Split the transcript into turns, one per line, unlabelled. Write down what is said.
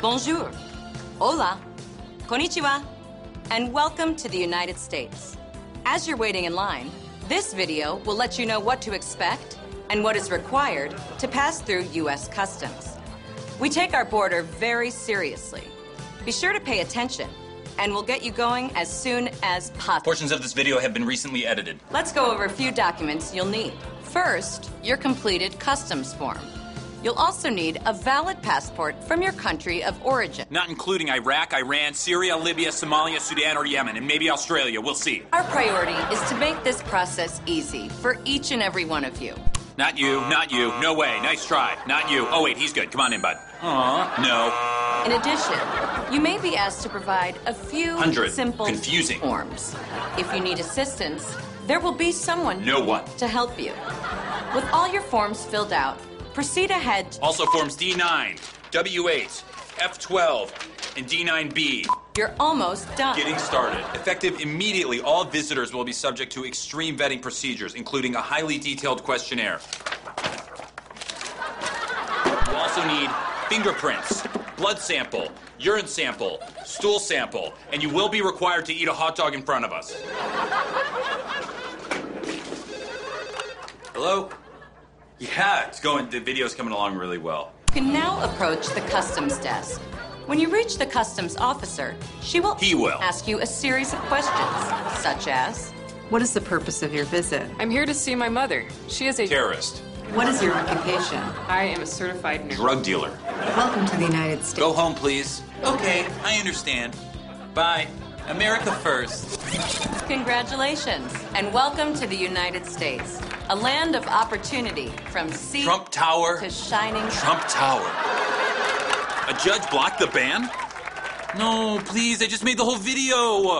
Bonjour. Hola. Konnichiwa. And welcome to the United States. As you're waiting in line, this video will let you know what to expect and what is required to pass through U.S. Customs. We take our border very seriously. Be sure to pay attention, and we'll get you going as soon as possible.
Portions of this video have been recently edited.
Let's go over a few documents you'll need. First, your completed customs form. You'll also need a valid passport from your country of origin.
Not including Iraq, Iran, Syria, Libya, Somalia, Sudan, or Yemen, and maybe Australia. We'll see.
Our priority is to make this process easy for each and every one of you.
Not you, not you. No way. Nice try. Not you. Oh, wait, he's good. Come on in, bud. Aw. No.
In addition, you may be asked to provide a few
Hundred.
simple
Confusing.
forms. If you need assistance, there will be someone
No one.
to help you. With all your forms filled out, proceed ahead
Also, forms D9, W8, F12, and D9B.
You're almost done.
Getting started. Effective immediately, all visitors will be subject to extreme vetting procedures, including a highly detailed questionnaire. You'll also need fingerprints, blood sample, urine sample, stool sample, and you will be required to eat a hot dog in front of us. Hello? Yeah, it's going, the video's coming along really well.
you can now approach the customs desk. When you reach the customs officer, she will,
He will.
ask you a series of questions, such as
What is the purpose of your visit?
I'm here to see my mother. She is a.
Terrorist,
What is your occupation?
I am a certified nurse.
drug dealer.
Welcome to the United States.
Go home, please. Okay, I understand. Bye. America first.
Congratulations and welcome to the United States, a land of opportunity from sea
Trump Tower.
to shining.
Trump Tower. A judge blocked the ban? No, please, I just made the whole video.